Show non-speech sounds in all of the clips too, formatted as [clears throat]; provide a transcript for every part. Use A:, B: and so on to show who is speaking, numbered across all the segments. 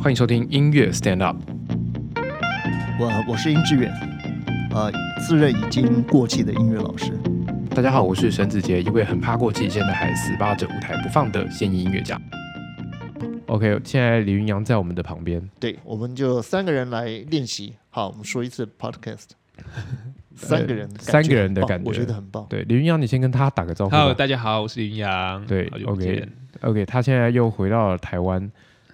A: 欢迎收听音乐 Stand Up。
B: 我我是殷志远，呃，自认已经过气的音乐老师。
A: 大家好，我是沈子杰，一位很怕过气，现在还死扒着舞台不放的现役音乐家。OK，现在李云阳在我们的旁边，
B: 对，我们就三个人来练习。好，我们说一次 podcast，三个人的感觉很棒，
A: 三个人的感觉
B: 我觉得很棒。
A: 对，李云阳，你先跟他打个招呼吧。
C: Hello，大家好，我是云阳。
A: 对
C: 好久不见。
A: OK，他现在又回到了台湾，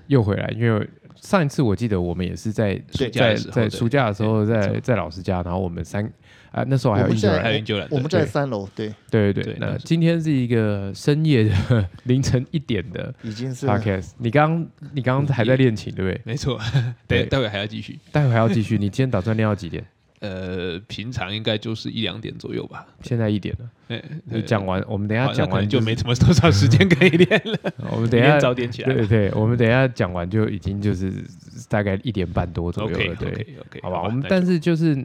A: 又回来，因为上一次我记得我们也是在
B: 对
C: 暑假
A: 在
C: 的时候
A: 在暑假的时候，在在老师家，然后我们三啊那时候还有
B: 我们
A: 一个
B: 现
A: 人，
C: 还有
B: 在
C: 研究人，
B: 我们
C: 对
B: 在三楼，对，
A: 对对对
C: 对。
A: 那
C: 那是
A: 今天是一个深夜的 [laughs] 凌晨一点的
B: 已经是
A: Podcast，你刚你刚刚还在练琴对不对？
C: 没错，
A: [laughs] 对
C: 对，待会还要继续。
A: 待会还要继续，你今天打算练到几
C: [laughs]
A: 点？
C: 呃，平常应该就是一两点左右吧。
A: 现在一点了，
C: 哎，
A: 你讲完，我们等一下
C: 好那
A: 讲
C: 可
A: 完
C: 能就是没，什么多少时间可以练了。
A: 我 [laughs] 们等
C: 明
A: 一下
C: 天早点起来吧。
A: 对对，我们等一下讲完就已经就是大概一点半多左右
C: OK
A: 了，对，
C: OK OK，
A: 好吧，我们但是就是，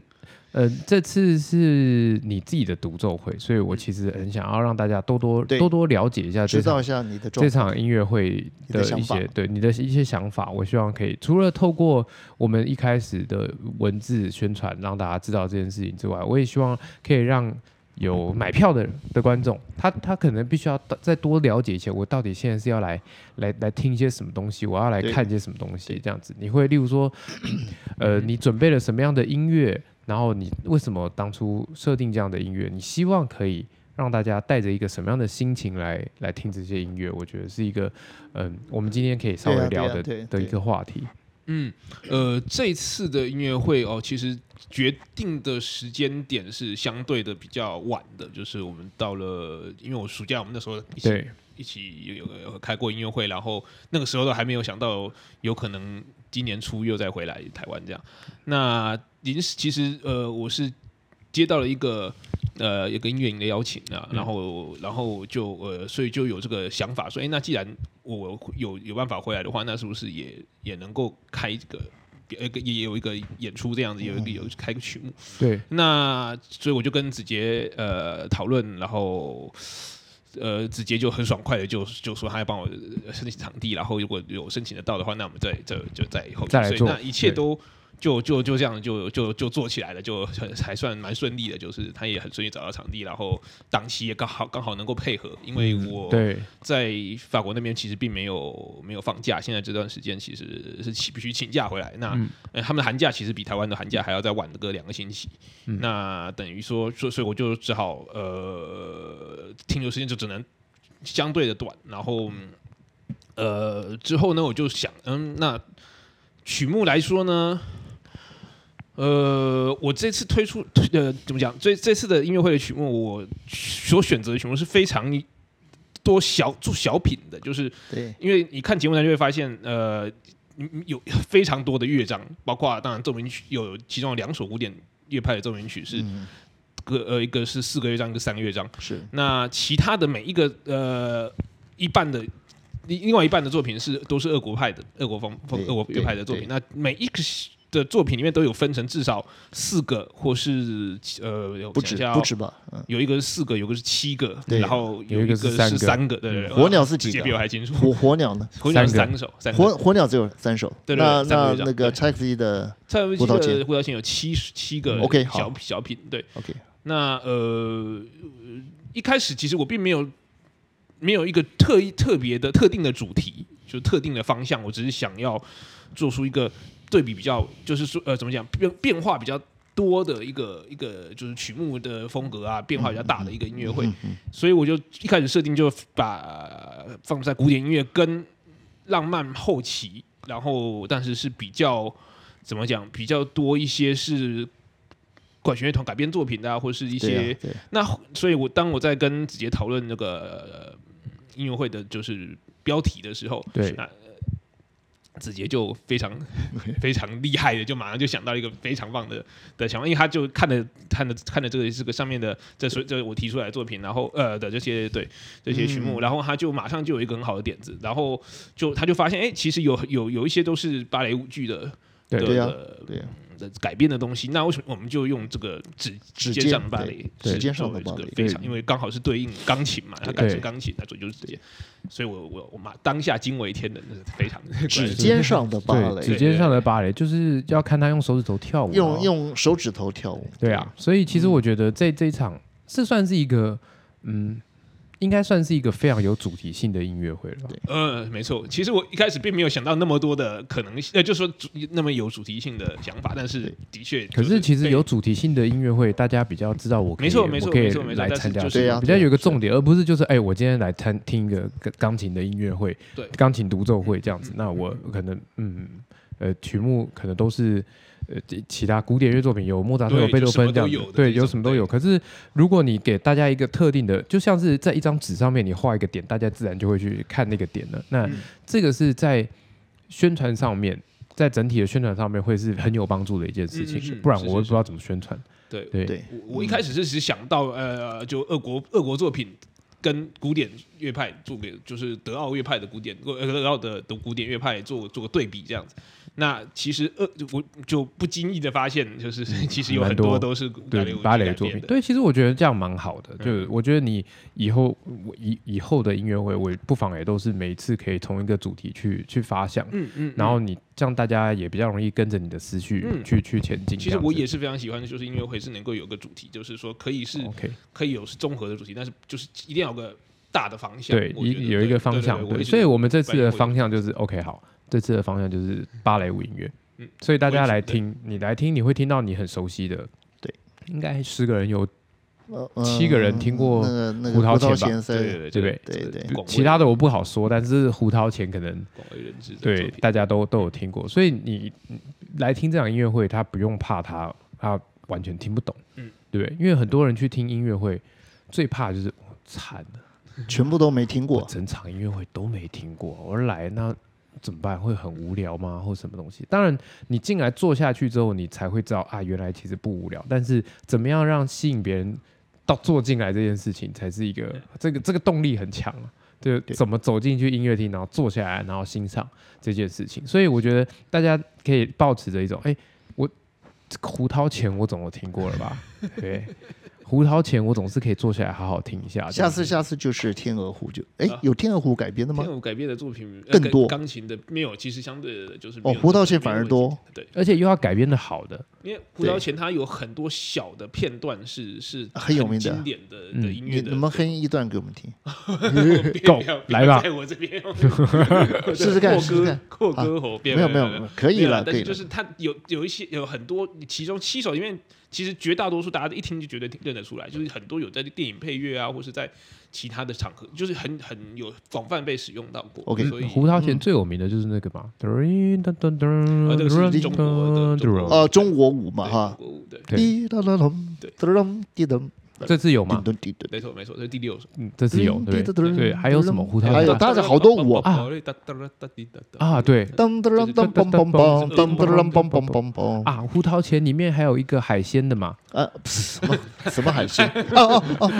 A: 呃，这次是你自己的独奏会，所以我其实很想要让大家多多
B: 对
A: 多多了解一下这
B: 知道
A: 场
B: 一下你的状
A: 这
B: 况。
A: 场音乐会
B: 你的
A: 的
B: 想
A: 一
B: 法
A: 些对你的一些想法，我希望可以除了透过我们一开始的文字宣传让大家知道这件事情之外，我也希望可以让。有买票的的观众，他他可能必须要再多了解一些，我到底现在是要来来来听一些什么东西，我要来
B: 对
A: 看一些什么东西，这样子，你会例如说， [clears throat] 呃，你准备了什么样的音乐，然后你为什么当初设定这样的音乐，你希望可以让大家带着一个什么样的心情来来听这些音乐，我觉得是一个，嗯、我们今天可以稍
B: 对
A: 微
B: 啊对
A: 聊
B: 啊
A: 的、
B: 对
A: 的一
B: 对
A: 个话题。
C: 嗯，呃，这次的音乐会哦，其实决定的时间点是相对的比较晚的，就是我们到了，因为我暑假我们那时候一起
A: 对，
C: 一起有有有开过音乐会，然后那个时候都还没有想到有可能今年初又再回来台湾这样。那临时其实呃，我是接到了一个呃一个音乐营的邀请啊，然后然后就呃，所以就有这个想法说，哎，那既然我有有办法回来的话，那是不是也也能够开一个呃也也有一个演出这样子，有一个有开个曲目。
A: 对，
C: 那所以我就跟子杰呃讨论，然后呃子杰就很爽快的就就说他要帮我呃申请场地，然后如果有申请得到的话，那我们再再就再以后
A: 再来
C: 所以
A: 做
C: 那一切
A: 对
C: 都。就就就这样就就就做起来了，就很还算蛮顺利的，就是他也很顺利找到场地，然后档期也刚好刚好能够配合，因为我
A: 嗯对，
C: 在法国那边其实并没有没有放假，现在这段时间其实是请必须请假回来。那、
A: 嗯
C: 呃他们的寒假其实比台湾的寒假还要再晚个两个星期。
A: 嗯
C: 那等于说，所所以我就只好呃停留时间就只能相对的短。然后嗯呃之后呢，我就想，嗯，那曲目来说呢，呃，我这次推出呃怎么讲？这这次的音乐会的曲目，我所选择的曲目是非常多小做小品的，就是
B: 对，
C: 因为你看节目单就会发现，呃，你你有非常多的乐章，包括当然奏鸣曲有其中有两首古典乐派的奏鸣曲是
B: 嗯，
C: 个呃一个是四个乐章，一个三个乐章。
B: 是
C: 那其他的每一个呃一半的另另外一半的作品是都是俄国派的俄国风风
B: 对
C: 俄国乐派的作品
B: 对。
C: 那每一个的作品里面都有分成至少四个或是呃
B: 不
C: 我想
B: 止
C: 一下哦
B: 不止吧？嗯，
C: 有一个是四个，有一个是七个，
B: 对
C: 然后
A: 有一
C: 一
A: 个是
C: 个是
A: 三个
C: 三个，对对对。
B: 火鸟是几
C: 姐
B: 个啊
C: 比我还清楚，
B: 火火鸟呢？
C: 火鸟是
A: 三
C: 三首，三个
B: 火火鸟只有三首。
C: 对对
B: 那
C: 对三
B: 那
C: 个乐章
B: 那个
C: 对
B: taxi 的
C: 蔡文
B: 胡
C: 姬
B: 桃钳
C: 的胡桃钳有七十七个
B: 嗯，OK，
C: 小
B: 好
C: 小品，对。
B: OK，
C: 那呃，一开始其实我并没有没有一个特意特别的特定的主题，就特定的方向，我只是想要做出一个对比比较，就是说呃怎么讲变变化比较多的一个一个就是曲目的风格啊，变化比较大的一个音乐
B: 嗯
C: 会，所以我就一开始设定就把放在古典音乐跟浪漫后期，然后但是是比较怎么讲比较多一些是。管弦乐团改编作品的、啊，或是一
B: 对
C: 些
B: 啊对啊
C: 那所以我，当我在跟子杰讨论那个、呃音乐会的，就是标题的时候，
A: 对
C: 那、呃子杰就
B: [laughs]
C: 非常非常厉害的，就马上就想到一个非常棒的的想法，因为他就看了看了看了这个这个上面的这所这我提出来的作品，然后呃的这些对这些曲
B: 嗯
C: 目，然后他就马上就有一个很好的点子，然后就他就发现，哎，其实有有有一些都是芭蕾舞剧的
A: 对
C: 的
B: 对啊
C: 的
B: 对啊
C: 的改编的东西，那为什么我们就用这个指
B: 指
C: 尖
B: 尖
C: 上的芭
B: 对
C: 蕾
A: 对
C: 是
B: 指尖
C: 作
B: 上的
C: 为这
B: 芭
C: 个
B: 蕾
C: 非常，
B: 对
C: 因为刚好是对应钢琴嘛，它
B: 对
C: 改成
A: 对
C: 钢琴，它所以就是指尖，所以我我我妈当下惊为天人，那是非常的
B: 指尖上的芭
A: 对，指
B: 蕾，
A: 尖上的芭蕾就是要看他用手指头跳舞啊，
B: 用用手指头跳舞，
A: 对啊，所以其实我觉得这这一场是算是一个，嗯，应该算是一个非常有主题性的音乐会了吧。
C: 呃，没错。其实我一开始并没有想到那么多的可能性，呃，就说主那么有主题性的想法，但是的确就
A: 可
C: 是
A: 是其实
C: 被
A: 有主题性的音乐会，大家比较知道我可以
C: 没错
A: 我
C: 没错
A: 可以
C: 没错没错
A: 来
C: 但是
A: 参加
C: 就
A: 什
C: 是
A: 么，
B: 对啊
A: 比较
B: 对啊
A: 有一个重点，而不是就是哎，我今天来参听一个钢琴的音乐会，
C: 对嗯
A: 钢琴独奏会这样子，那我可能嗯呃曲目可能都是。呃，其其他古典乐作品有莫扎特、
C: 对
A: 有贝多芬这样
C: 就什么都有
A: 子
C: 的，
A: 对，
C: 这种
A: 有什么都有。可是如果你给大家一个特定的，就像是在一张纸上面你画一个点，大家自然就会去看那个点了。那
C: 嗯
A: 这个是在宣传上面，在整体的宣传上面会是很有帮助的一件事情，
C: 嗯嗯嗯
A: 不然
C: 是
A: 我
C: 是
A: 会不
C: 是
A: 知道怎么宣传。
C: 对
A: 对嗯
B: 对，
C: 我我一开始是只想到呃，就俄国俄国作品跟古典乐派做个，就是德奥乐派的古典，呃，德奥的的古典乐派做做个对比这样子。那其实呃，就我就不经意的发现，就是 [laughs] 其实有
A: 蛮
C: 很多
A: 多
C: 都是
A: 对芭蕾作品，
C: 对
A: 对，其实我觉得这样蛮好的。
C: 嗯
A: 就我觉得你以后我以以后的音乐会，我不妨也都是每一次可以从一个主题去去发想，
C: 嗯嗯，
A: 然后你这样大家也比较容易跟着你的思绪
C: 嗯
A: 去去前进。
C: 其实我也是非常喜欢的，就是音乐会是能够有个主题，就是说可以是
A: OK，
C: 可以有是综合的主题，但是就是一定要有个大的方向。
A: 对，
C: 我觉得
A: 一有一个方向，
C: 对对对
A: 对，
C: 我一直
A: 所以我们这次
C: 我也
A: 的
C: 会
A: 方向就是 OK，好，这次的方向就是芭蕾舞音乐。
C: 嗯
A: 所以大
C: 我
A: 家
C: 也觉
A: 来
C: 得
A: 听，你来听，你会听到你很熟悉的。
B: 对，
A: 应该十个人有，
B: 呃
A: 七个人听过
B: 那个那个
A: 胡桃钳吧
B: 钳
C: 对
B: 森，
C: 对
A: 对不
C: 对
A: 对？
B: 对对
C: 广为
A: 其他的我不好说，但是胡桃钳可能
C: 广为人知的作
A: 对
C: 品。
A: 大家都都有听过，所以你你来听这场音乐会，他不用怕他他完全听不懂，
C: 嗯
A: 对不对？因为很多人去听音乐会，最怕就是哦惨了，
B: 全部都没听
A: 我
B: 过，
A: 整场音乐会都没听过，我来那怎么办？会很无聊吗？或什么东西？当然，你进来坐下去之后，你才会知道啊，原来其实不无聊。但是怎么样让吸引别人到坐进来这件事情，才是一个这个这个动力很强啊。对，
B: 对
A: 怎么走进去音乐厅，然后坐下来，然后欣赏这件事情。所以我觉得大家可以保持着一种，哎，我这个胡桃钳我总有听过了吧？对，胡桃钳我总是可以坐下来好好听一下。这
B: 下
A: 样子
B: 次下次就是天鹅湖就，哎
C: 啊，
B: 有天鹅湖改编的吗
C: 天？舞改编的作品呃
B: 更
C: 跟
B: 多
C: 钢琴的没有，其实相对的就是没
B: 哦，
C: 有
B: 胡
C: 那
B: 桃
C: 么
B: 钳反而。
C: 没有那么
B: 多，
C: 对，
A: 而且又要改编的好
C: [laughs]
A: 的，
C: 因为胡桃钳它有很多小的片段是是
B: 很有名的
C: 经典的
A: 嗯
C: 的音
B: 你
C: 乐
B: 你
C: 的。
B: 们哼一段给我们听，
C: [laughs]
A: 够来吧
C: 在我
A: [laughs]
C: 这边
B: 试试看
C: 扩
B: 试试看啊
C: 歌扩歌喉，别
B: 没有没
C: 别
B: 有，可以
C: 没有
B: 了，
C: 但
B: 可以
C: 是就
B: 了，
C: 是它有有一些有很多，其中七首里面，其实绝大多数大家一听就觉得认得出来，就是很多有在电影配乐啊，或是在其他的场合，就是很很有广泛被使用到过。
B: OK，
C: 所以
A: 嗯胡桃钳最有名的就是那个嘛，噔噔噔
C: 啊这个是
A: 噔
C: 中国的中国
B: 呃，中国舞嘛
C: 对
B: 哈，
C: 国舞对，
A: 对
B: 滴答答咚，
C: 对
B: 哒咚滴咚，
A: 这次有
B: 叮
A: 吗？
B: 咚滴咚，
C: 没错没错，这是第六首。哎
A: 嗯，这次有对不对对，还有什么胡桃
B: 还有
A: 钳
B: 大家好多舞啊
A: 啊啊？对
B: 噔噔噔噔嘣嘣嘣，噔噔噔嘣嘣嘣嘣。
A: 啊，胡桃钳里面还有一个海鲜的嘛，
B: 啊，什么什么海鲜？哦哦哦，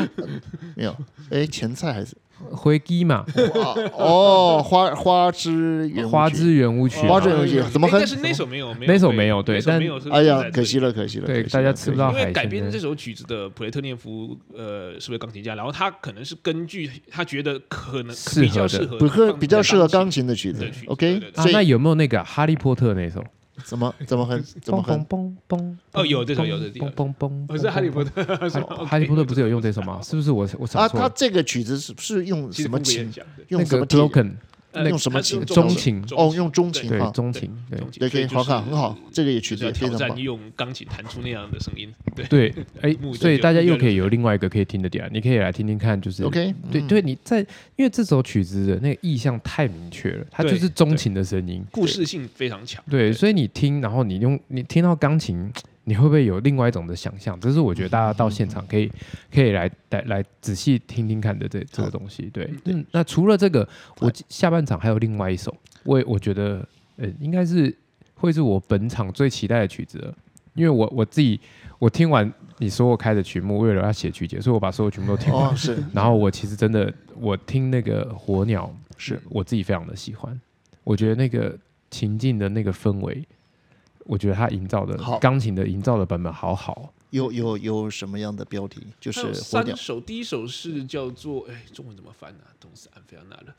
B: 没有，哎，前菜还是
A: 回鸡嘛，
B: 花哦花花枝圆舞
A: 花
B: 曲
A: 枝圆舞曲嘛，
B: 花枝圆舞曲怎么
C: 诶
B: 哼
C: 哦哎但是那首没有，没
A: 那首
C: 被
A: 没有对
C: 那首
A: 但
C: 没有是
B: 哎
C: 不
B: 呀
C: 在，
B: 可
C: 这
B: 惜
C: 里。
B: 了，可惜了，
A: 对
B: 可惜
A: 大家
B: 了
A: 吃
B: 可
A: 不
B: 惜
A: 到
B: 了
C: 因为改
A: 海鲜
C: 编
A: 的
C: 这首曲子的普雷特涅夫，呃，是位钢琴家，然后他可能是根据他觉得可能
A: 适合
C: 比较
A: 的
C: 适合
B: 不是
C: 放
B: 比较适合
C: 在
B: 钢琴的曲子
C: 的曲子对
B: ，OK？
C: 对对
A: 啊
B: 所，
A: 那
B: 以
A: 有没有那个啊哈利波特那首？
B: 怎么怎么
C: [laughs]
B: 哼怎么
A: 嘣
B: 哼
A: 嘣嘣嘣
C: 哦有这首有这首
A: 嘣嘣嘣，
C: 我是哈利波特，是吗
A: 哈哈利波特不是有用这首
C: [laughs]
A: 吗？是不是我我
B: 啊？
A: 想错
B: 他
A: 了？
B: 这个曲子是是用
C: 其
B: 什
C: 实
B: 么
C: 风格也
B: 琴
C: 很？像对
A: 那
B: 用什
A: 个
B: 么铁
A: broken
C: 呃
B: 用什么
C: 它是
B: 琴
C: 用
A: 中琴
B: 哦，用中琴
A: 对
B: 哈，
A: 钟情对。
C: 中琴
B: 对，可以，好
C: 所就是
B: 看，很好，这个也曲
C: 就
B: 子
C: 是
B: 也
C: 要
B: 非常
C: 挑战
B: 棒。
C: 用钢琴弹出那样的声音，对
A: [laughs]
C: [laughs]
A: 对，哎
C: 目，的
A: 所以
C: 就
A: 大家
C: 目
A: 又
C: 标
A: 可以有另外一个可以听的点啊，你可以来听听看，就是
B: OK，
A: 对
B: 嗯
A: 对，你在因为这首曲子的那个意象太明确了，它就
C: 对
A: 是钟情的声音，
C: 故事性非常强。
A: 对，所以你听，然后你用你听到钢琴，你会不会有另外一种的想象？这是我觉得大家到现场可以可以来来来仔细听听看的这这个东西。对，嗯，那除了这个，我下半场还有另外一首，我也我觉得呃，应该是会是我本场最期待的曲子了，因为我我自己我听完你所有开的曲目，为了要写曲解，所以我把所有曲目都听完。
B: 哦，
C: [laughs]
B: 是
A: 然后我其实真的，我听那个火鸟，
B: 是
A: 我自己非常的喜欢，我觉得那个情境的那个氛围，我觉得他营造的
B: 好
A: 钢琴的营造的版本好好，
B: 有有有什么样的标题？就是
C: 还有
B: 火鸟
C: 三首，第一首是叫做哎，中文怎么翻呢、啊？东斯安菲亚纳了，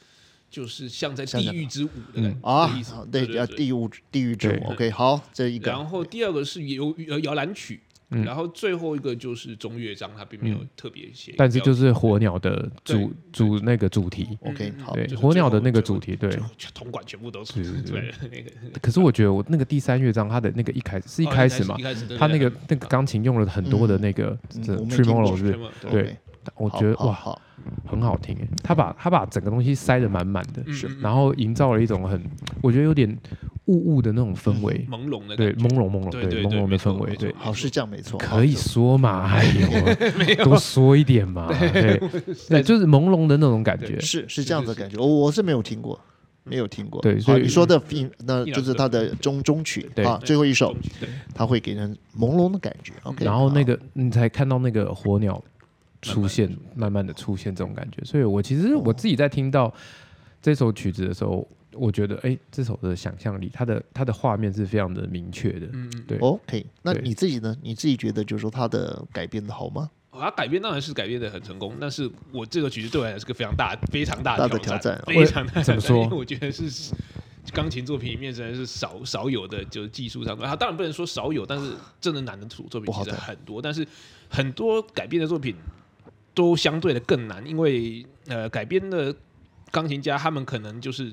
C: 就是像在
B: 像在
C: 地狱之舞的
A: 嗯
C: 感
B: 啊
C: 的意思，，
B: 对
C: 对
B: 啊，
C: 对
B: 地狱地狱之
A: 对
B: 舞。OK，好，这一个
C: 然后第二个是摇摇摇篮曲，
A: 嗯
C: 然后最后一个就是中乐章，他并没有特别写，
A: 但是就是是火鸟的主主那个主题，
B: OK，好
A: 对
C: 就是
A: 火鸟的那个
C: 最
A: 主
C: 后
A: 题，对
C: 最。后全铜管全部都出
A: 是是是
C: [laughs] 对那个
A: 可是我觉得我那个第三乐章，它的那个一开始是一
C: 哦
A: 开始嘛，
C: 一开始对
A: 他那
C: 对
A: 个那个钢琴用了很多的那个
B: 嗯
A: 这
B: 我
A: t
B: 没
A: r e m o l o
B: 听过
A: 是不
C: 对
A: 是？
C: 吗
A: 对
B: OK，
A: 我
B: 好
A: 觉得
B: 好
A: 哇
B: 好
A: 很好听诶，他把他把整个东西塞得满满的，
C: 嗯嗯嗯
A: 然后营造了一种很我觉得有点雾雾的那种氛围，
C: 朦胧的
A: 对
C: 感
A: 朦
C: 觉
A: 胧朦胧，
C: 嗯对对
A: 朦
C: 对
A: 胧的
C: 没错
A: 氛围，
C: 没错哦
A: 对，
B: 好是这样没错，
A: 可以
B: 好
A: 说嘛，哎
C: [laughs]
A: 呦，多说一点嘛，对对，就是朦胧的那种感觉
C: 对，
B: 是是
C: 是
B: 这样子的
C: 是
B: 感觉，我我是没有听过，没有听过。
A: 对所
B: 好，
A: 以
B: 你说的音那
C: 一两
B: 就是
C: 个
B: 他的中中曲
A: 对
B: 啊，最后一首
C: 东西对
B: 他会给人朦胧的感觉。OK，
A: 然后那
B: 好
A: 个你才看到那个火鸟出现，慢慢的出现这种感觉。所以我其实我自己在听到这首曲子的时候，我觉得哎、这首的想象力，它的它的画面是非常的明确的。
C: 嗯嗯。
A: 对
B: OK，那
A: 对
B: 你自己呢？你自己觉得就是说他的改编的好吗？
C: 哦他改编当然是改编的很成功，但是我这个曲子对我来讲是个非常大、非常大
B: 大的挑
C: 战
B: 战，哦
C: 非常大的挑战。
A: 怎么说
C: 因为我觉得是钢琴作品里面真的是少少有的，就是技术上面，他当然不能说少有，但是真的难的作作品
B: 不好
C: 其实
B: 改
C: 很多，但是很多改编的作品都相对的更难，因为呃，改编的钢琴家他们可能就是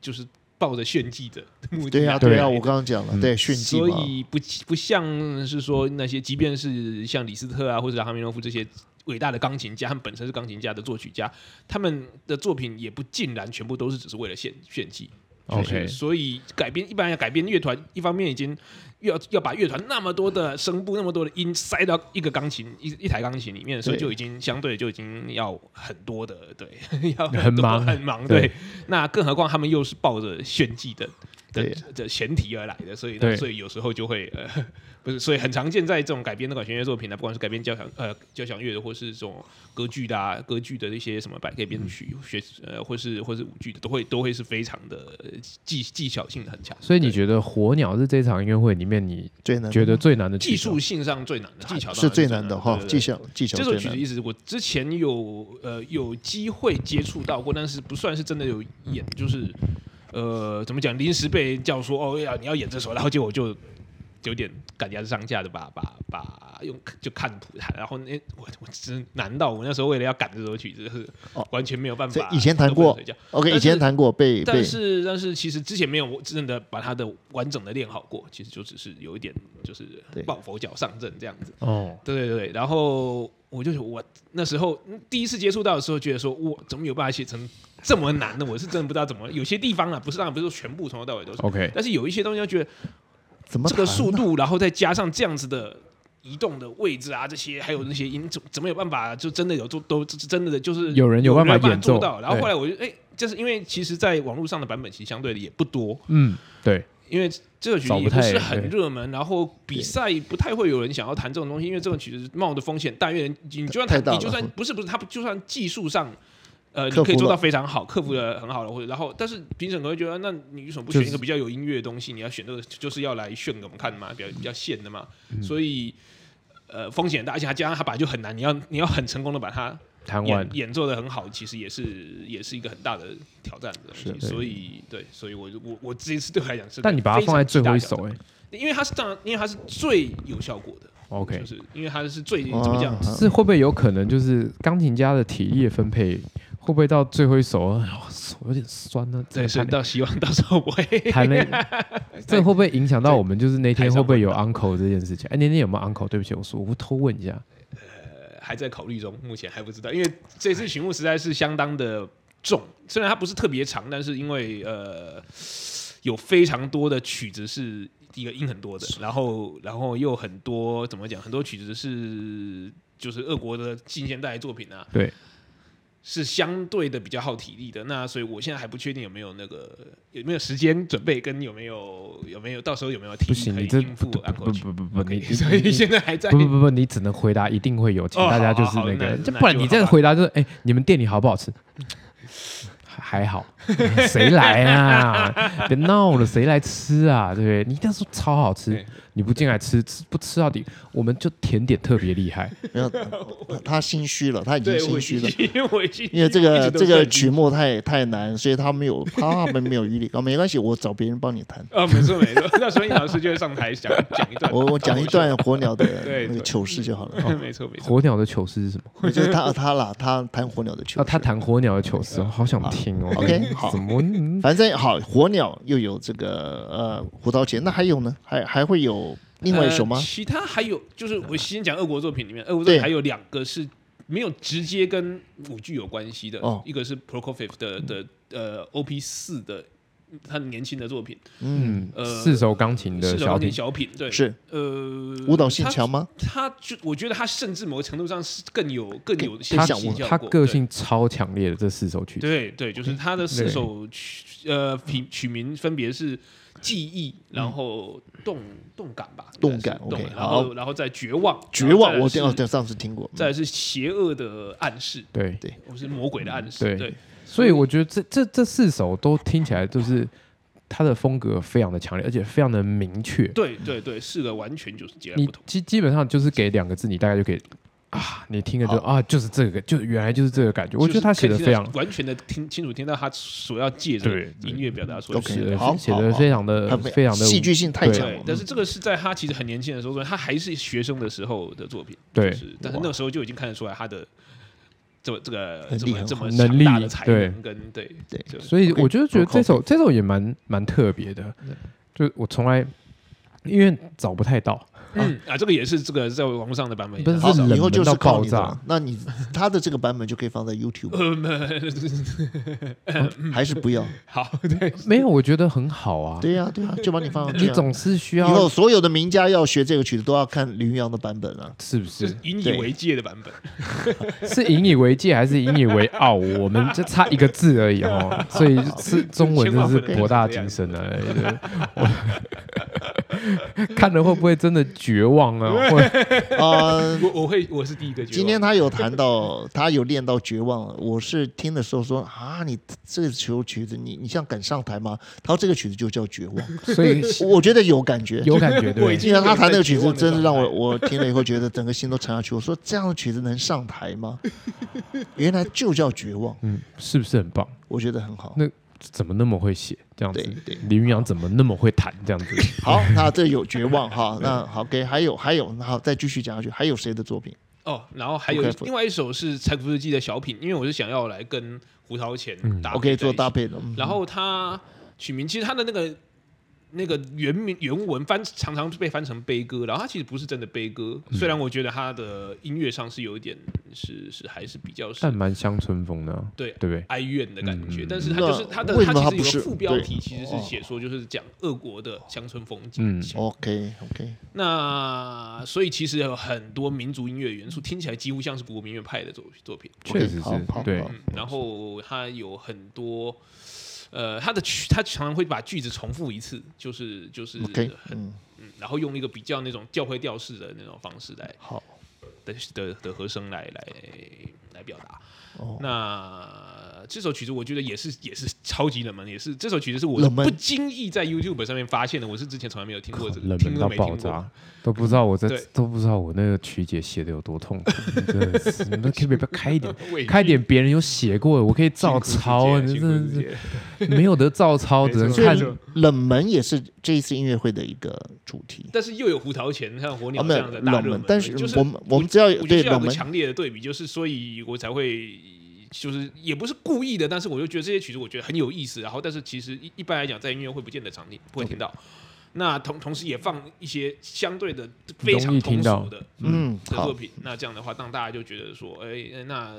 C: 就是抱着炫技的目的
B: 对啊呀、
C: 来
B: 对呀、
C: 改
B: 我
C: 的
B: 刚刚讲了，
A: 嗯
B: 对炫技
C: 啊所
B: 嘛，
C: 以不不像是说那些，即便是像李斯特啊，或者拉哈梅诺夫这些伟大的钢琴家，他们本身是钢琴家的作曲家，他们的作品也不尽然全部都是只是为了炫炫技。
A: OK，
C: 所以改编一般要改编乐团，一方面已经要要把乐团那么多的声部、那么多的音塞到一个钢琴一一台钢琴里面，所以
B: 对
C: 就已经相对就已经要很多的对， [laughs] 要
A: 很
C: 多
A: 忙
C: 很忙
A: 对
C: 对。那更何况他们又是抱着炫技的的
B: 对
C: 的前提而来的，所以
A: 对
C: 呢，所以有时候就会呃， [laughs] 不是，所以很常见在这种改编的管弦乐作品呢，不管是改编交响呃交响乐的，或是这种歌剧的、啊、歌剧的一些什么百改编曲、学呃，或是或是舞剧的，都会都会是非常的呃技技巧性很强。
A: 所以你
C: 对
A: 觉得火鸟是这场音乐会里面你
B: 最难
A: 觉得最难的曲
C: 技
A: 子
C: 术性上最难的技巧当然
B: 是最难
C: 难
B: 的哈
C: 对，对
B: 技
C: 对
B: 巧技巧
C: 这首
B: 最
C: 曲子
B: 难
C: 意思，我之前有呃有机会接触到过，但是不算是真的有演，就是呃怎么讲，临时被叫说哦要你要演这首，然后结果我就有点赶鸭子上架的把把把用就看谱弹，然后那我我真难到我那时候为了要赶这首曲子，就是
B: 哦
C: 完全没有办
B: 所以
C: 法。
B: 以前弹过
C: 睡觉
B: OK，
C: 但
B: 以前
C: 是
B: 谈过被被
C: 但是但是其实之前没有真的把它的完整的练好过，其实就只是有一点就是
B: 对
C: 抱佛脚上阵这样子。
A: 哦，
C: 对对对，然后我就我那时候嗯第一次接触到的时候，觉得说我怎么有办法写成这么难的？我是真的不知道怎么，有些地方啊，不是当然不是说全部从头到尾都是，
A: OK，
C: 但是有一些东西，我觉得
B: 怎么
C: 这个
B: 弹
C: 速
A: 啊
B: 呢
C: 度，然后再加上这样子的。移动的位置啊，这些还有那些音，怎怎么有办法？就真的有做，都真的就是
A: 有人有
C: 有
A: 办法
C: 法
A: 演奏
C: 做到。然后
A: 对
C: 后来我就哎，就是因为其实，在网络上的版本其实相对的也不多，
A: 嗯，对，
C: 因为这个曲子
A: 找不
C: 也
A: 太
C: 不是很热门，然后比赛不太会有人想要弹这种东西，因为这种曲子冒的风险大，因为你就算
B: 太
C: 弹
B: 太大，了
C: 你就算不是不是，它就算技术上。呃，
B: 克服
C: 你可以做到
B: 了
C: 非常好，克服的很好了，或者然后，但是评审可能会觉得，那你为什么不选
A: 就是
C: 一个比较有音乐的东西？你要选这个，就是要来炫给我们看的嘛，比较比较现的嘛。
A: 嗯
C: 所以，呃，风险很大，而且还加上它本来就很难，你要你要很成功的把它
A: 弹完
C: 演演奏的很好，其实也是也是一个很大的挑战的东西。
A: 是
C: 所以对，所以我我我这一次对我来讲是，
A: 但你把它放在最后一首，哎
C: 因为它是当然，因为它是最有效果的
A: ，OK，
C: 就是因为它是最怎
B: 啊
C: 么讲，
B: 啊
A: 是 [laughs] 会不会有可能就是钢琴家的体力的分配，会不会到最后一首，哎呦手有点酸呢、这
C: 对，
A: 个
C: 是
A: 弹
C: 到希望到 [laughs] 时候不会
A: 谈 [laughs] 了，这会不会影响到我们？就是那天会不会 [laughs] 有 uncle 这件事情？哎，那天有没有 uncle？对不起，我说我偷问一下。
C: 呃还在考虑中，目前还不知道，因为这次曲目实在是相当的重，虽然它不是特别长，但是因为呃有非常多的曲子是一个音很多的，然后然后又很多怎么讲，很多曲子是就是俄国的近现代作品啊，
A: 对，
C: 是相对的比较耗体力的，那所以我现在还不确定有没有那个有没有时间准备，跟有没有有没有到时候有没有
A: 不
C: 体力
A: 行，
C: 可
A: 你
C: 以
A: 这
C: 应付安
A: 不
C: 口曲
A: 不不不，你
C: 所以现在还在
A: 不不不不，你只能回答一定会有，请
C: 哦
A: 大家
C: 好
A: 就
C: 好
A: 是
C: 好
A: 那个
C: 那，
A: 这
C: 那
A: 不然
C: 就
A: 你
C: 好
A: 这个
C: 吧
A: 回答就是，哎，你们店里好不好吃？还好，谁来啊？别闹了，谁来吃啊？对不对？你一定要说超好吃
C: 对，
A: 你不进来吃，吃不吃到底，我们就甜点特别厉害。
B: 没
C: [laughs]
B: 有，他他心虚了，他已经
C: 对，我
B: 心虚
C: 已经
B: 了。
C: 因为我已经
B: 因为这
C: 一
B: 个
C: 直都
B: 这
C: 在
B: 个
C: 听
B: 曲目太太难，所以他没有他们没有余力。 [laughs] 啊，没关系，我找别人帮你弹。
C: 啊，没错没错， [laughs] 那所以老师就会上台讲讲一段，
B: 我我讲一
C: [laughs]
B: 段火鸟的
C: 对
B: 那个
C: 对
B: 糗事就好了。
C: [laughs] 哦，没错没错，
A: 火鸟的糗事是什么？
B: 就是他他啦，他弹火鸟的糗
A: 啊，
B: 事。
A: 他弹火鸟的糗事，好想听哦。
B: OK，好
A: 怎么？嗯
B: 反正好，火鸟又有这个呃胡桃钳，那还有呢？还还会有另外一首吗
C: 呃？其他还有就是我先讲俄国作品里面，俄国作
B: 对
C: 品还有两个是没有直接跟舞剧有关系的，
B: 哦
C: 一个是 Prokofiev 的的呃 OP 四的他年轻的作品，
B: 嗯，
C: 呃，
A: 四首钢琴的
C: 是
A: 小
C: 点
A: 品，
C: 小品，对，
B: 是
C: 呃
B: 舞蹈性强吗？
C: 他，他就我觉得他甚至某个程度上是更有更有
B: 更
C: 先
A: 他
B: 像
C: 行效
A: 他
C: 果
A: 个
C: 对
A: 性超强烈的这四首曲子，
C: 对对，就是他的四首曲呃品曲名分别是记忆，
A: 嗯
C: 然后动动感吧，应
B: 动
C: 该是
B: 感
C: 动
B: OK，
C: 感，然
B: 好
C: 后然后再绝望，
B: 绝望，
C: 然后
B: 我
C: 再
B: 哦
C: 来是
B: 对上次听过。
C: 再来是邪恶的暗示，
A: 对。
C: 或是魔鬼的暗示，
A: 嗯对
C: 对
A: 所以我觉得这这这四首都听起来就是他的风格非常的强烈，而且非常的明确。
C: 对对对，四个完全就是截
B: 啊
C: 然
A: 你
C: 不同。
A: 基基本上就是给两个字，你大概就可以啊，你听了就啊，就是这个，就原来就是这个感觉。我觉得他写的
C: 就是可
A: 非
C: 以
A: 常
C: 听到完全的听清楚，听到他所要借着
A: 对对
C: 音乐表达所
B: OK
C: 有
A: 写
C: 的
A: 的
B: 好
A: 写
B: 好
A: 的
B: 好
A: 非常的
B: 他
A: 非常的嗯
B: 戏剧性太强
C: 对
B: 了，，嗯
C: 但是这个是在他其实很年轻的时候，他还是学生的时候的作品。
A: 对
C: 就是但是那个时候就已经看得出来他的这这个
B: 能
C: 这
B: 力
C: 么
B: 很
C: 这么
A: 好能
C: 强大的
A: 力
C: 才
A: 对
C: 能跟对
B: 对
C: 就
A: 所以
B: OK，
A: 我觉得觉得
B: Prokofiev
A: 这首这首也蛮蛮特别的，就我从来因为找不太到，
C: 嗯啊，这个也是这个在网络上的版本也
A: 不是
B: 好
C: 很少
A: 冷，
B: 以后就
A: 门到
B: 是靠你
A: 爆
B: 的
A: 炸。
B: 那你 [laughs] 他的这个版本就可以放在 YouTube，还是不
A: [laughs]
B: 要？
C: 好对
A: 没有，我觉得很好啊。
B: 对呀，对呀，就把你放上
A: 你
B: 去啊。
A: 总是需
B: 以后
A: 要
B: 所有的名家要学这个曲子，都要看林云阳的版
A: [laughs]
B: 本啊。
A: 是不
C: 就是是引以
B: 对
C: 为戒的版本。
A: [laughs] 是引以为戒还是引以为傲？我们就差一个字而已哦，所以是中文真的是博大精深啊！ [laughs] 对我看了会不会真的绝望啊？
C: [laughs]
A: 会
B: 呃，
C: 我我会我是第一个觉得。
B: 今天他有谈到，他有练到绝望了。我是听的时候说啊，你这首曲子，你你像敢上台吗？他说这个曲子就叫绝望，
A: 所以
B: 我觉得有
A: [laughs]
B: 感觉。
A: 有感觉对不
C: 我
B: [laughs]
C: 已
A: 对
C: 经
B: 因为他弹那个曲子，真
C: 有
B: 是
C: 在绝望的
B: 让我
C: 状态
B: 我听了以后觉得整个心都沉下去。我说这样的曲子能上台吗？原来就叫绝望，
A: 嗯，是不是很棒？
B: 我觉得很好。
A: 怎么那么会写这样子
B: 对？对，
A: 李云阳怎么那么会弹这样子？
B: 好，那这有绝望哈。那好，OK，还有还有，那好，再继续讲下去，还有谁的作品？
C: 哦，然后还有
B: OK，
C: 另外一首是柴可夫斯基的小品，因为我是想要来跟胡桃钳搭
B: OK，
C: 配在
B: 做
C: 一起
B: 搭配的。嗯
C: 然后他取名，其实他的那个那个原名原文翻常常被翻成悲歌，然后他其实不是真的悲歌，
B: 嗯
C: 虽然我觉得他的音乐上是有一点是是还是比较是
A: 但蛮乡村风的啊，
C: 对
A: 对不对？
C: 哀怨的感觉，
A: 嗯
C: 但是他
B: 那
C: 就是他的
B: 为什么
C: 他
B: 他
C: 其
B: 不
C: 实
B: 是
C: 有个副标题
B: 对哦
C: 其实是写说就是讲俄国的乡村风景。
A: 嗯
B: OK OK，
C: 那所以其实有很多民族音乐元素，听起来几乎像是国民乐派的作作品。
A: 确实是
B: 好好
A: 对
B: 好
C: 嗯，然后他有很多，呃，他的曲，他常常会把句子重复一次，就是就是很
B: OK，嗯，
C: 嗯，然后用一个比较那种教会调式的那种方式来
B: 好。
C: 的的的和声来来来表达。
B: 哦
C: 那这首曲子我觉得也是也是超级冷门，也是这首曲子是我
B: 冷门
C: 不经意在 YouTube 上面发现的，我是之前从来没有听过这个，
A: 冷
C: 听
A: 门
C: 都
A: 到
C: 没听
A: 爆
C: 过
A: 炸。，都不知道我在
C: 对
A: 都不知道我那个曲姐写的有多痛苦，真的是，你们可不可以开一点，
C: 畏惧
A: 开一点别人有写过的，我可以照抄，你
C: 辛苦
A: 真
C: 世
A: 的
C: 界
A: 是没有得照抄，
C: 没
A: 只
C: 错
A: 能
B: 所
A: 看
B: 以。冷门也是这一次音乐会的一个主题。
C: 但是又有胡桃钳像火
B: 啊，
C: 鸟
B: 没
C: 这
B: 有
C: 样的大
B: 冷
C: 热
B: 门，但是
C: 就是
B: 我们我们只要有
C: 我觉
B: 对
C: 得要有
B: 冷
C: 个
B: 门，
C: 强烈的对比，就是所以我才会就是也不是故意的，但是我就觉得这些曲子我觉得很有意思，然后但是其实一一般来讲在音乐会不见得常听不会听到。那同同时也放一些相对的非
A: 容
C: 常
A: 易听
C: 通
A: 到
C: 俗的
B: 嗯，
C: 的
B: 好
C: 作，品，那这样的话让大家就觉得说，哎、那